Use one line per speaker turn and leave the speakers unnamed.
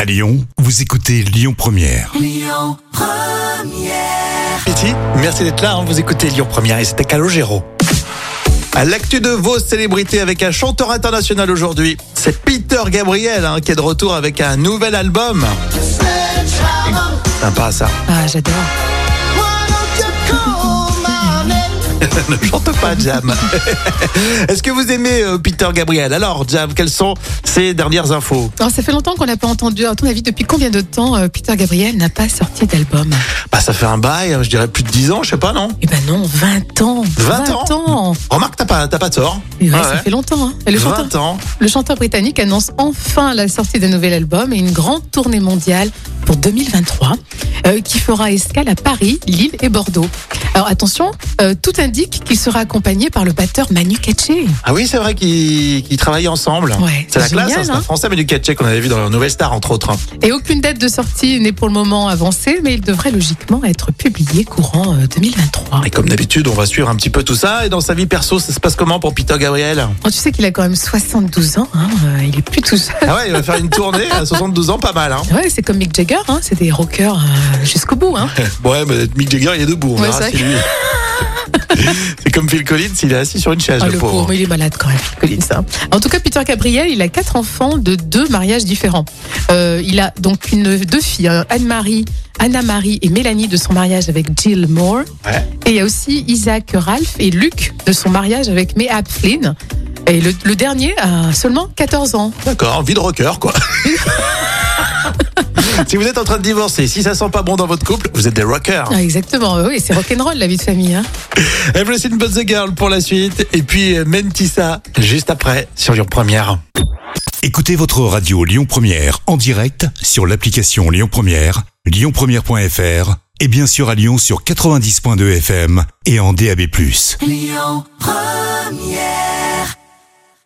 À Lyon, vous écoutez Lyon Première.
Piti, merci d'être là. hein. Vous écoutez Lyon Première et c'était Calogero. À l'actu de vos célébrités avec un chanteur international aujourd'hui, c'est Peter Gabriel hein, qui est de retour avec un nouvel album. Sympa ça.
Ah, j'adore.
Ne chante pas, Jam. Est-ce que vous aimez euh, Peter Gabriel Alors, Jam, quelles sont ses dernières infos
Alors, ça fait longtemps qu'on n'a pas entendu. À ton avis, depuis combien de temps euh, Peter Gabriel n'a pas sorti d'album
Bah, ça fait un bail, hein, je dirais plus de 10 ans, je sais pas, non
Eh ben non, 20 ans.
20 ans Remarque, t'as pas, t'as pas tort.
Et Eh ouais,
Ah
Ça
ouais.
fait longtemps. hein. Et Le chanteur,
20 ans.
le chanteur britannique annonce enfin la sortie d'un nouvel album et une grande tournée mondiale pour 2023 euh, qui fera escale à Paris, Lille et Bordeaux. Alors attention, euh, tout indique qu'il sera accompagné par le batteur Manu Katché.
Ah oui, c'est vrai qu'ils qu'ils travaillent ensemble.
Ouais,
c'est la
génial,
classe, hein, c'est
hein.
un français mais du catch qu'on avait vu dans leur nouvelle star entre autres. hein.
Et aucune date de sortie n'est pour le moment avancée, mais il devrait logiquement être publié courant euh, 2023.
Et comme d'habitude, on va suivre un petit peu tout ça. Et dans sa vie perso, ça se passe comment pour Peter Gabriel
Oh, tu sais qu'il a quand même 72 ans, hein, euh, il est plus tout seul.
Ah ouais, il va faire une tournée à 72 ans, pas mal. Hein.
Ouais, c'est comme Mick Jagger, hein, c'est des rockers euh, jusqu'au bout. Hein.
Ouais, mais Mick Jagger, il est debout. On
Ouais,
verra
c'est
si lui- c'est comme Phil Collins, il est assis sur une chaise,
Ah,
le, pauvre.
mais il est malade quand même, Phil Collins. hein. En tout cas, Peter Gabriel, il a quatre enfants de deux mariages différents. Euh, il a donc une, deux filles, hein, Anne-Marie, Anna-Marie et Mélanie de son mariage avec Jill Moore.
Ouais.
Et il y a aussi Isaac Ralph et Luc de son mariage avec Mehab Flynn. Et le, le dernier a seulement 14 ans.
D'accord, vie de rocker, quoi. si vous êtes en train de divorcer, si ça sent pas bon dans votre couple, vous êtes des rockers.
Ah, exactement, oui, c'est rock'n'roll la vie de famille. Hein.
Everything but the girl pour la suite. Et puis euh, Mentissa, juste après, sur Lyon Première.
Écoutez votre radio Lyon Première en direct sur l'application Lyon Première, lyonpremière.fr et bien sûr à Lyon sur 90.2 FM et en DAB+.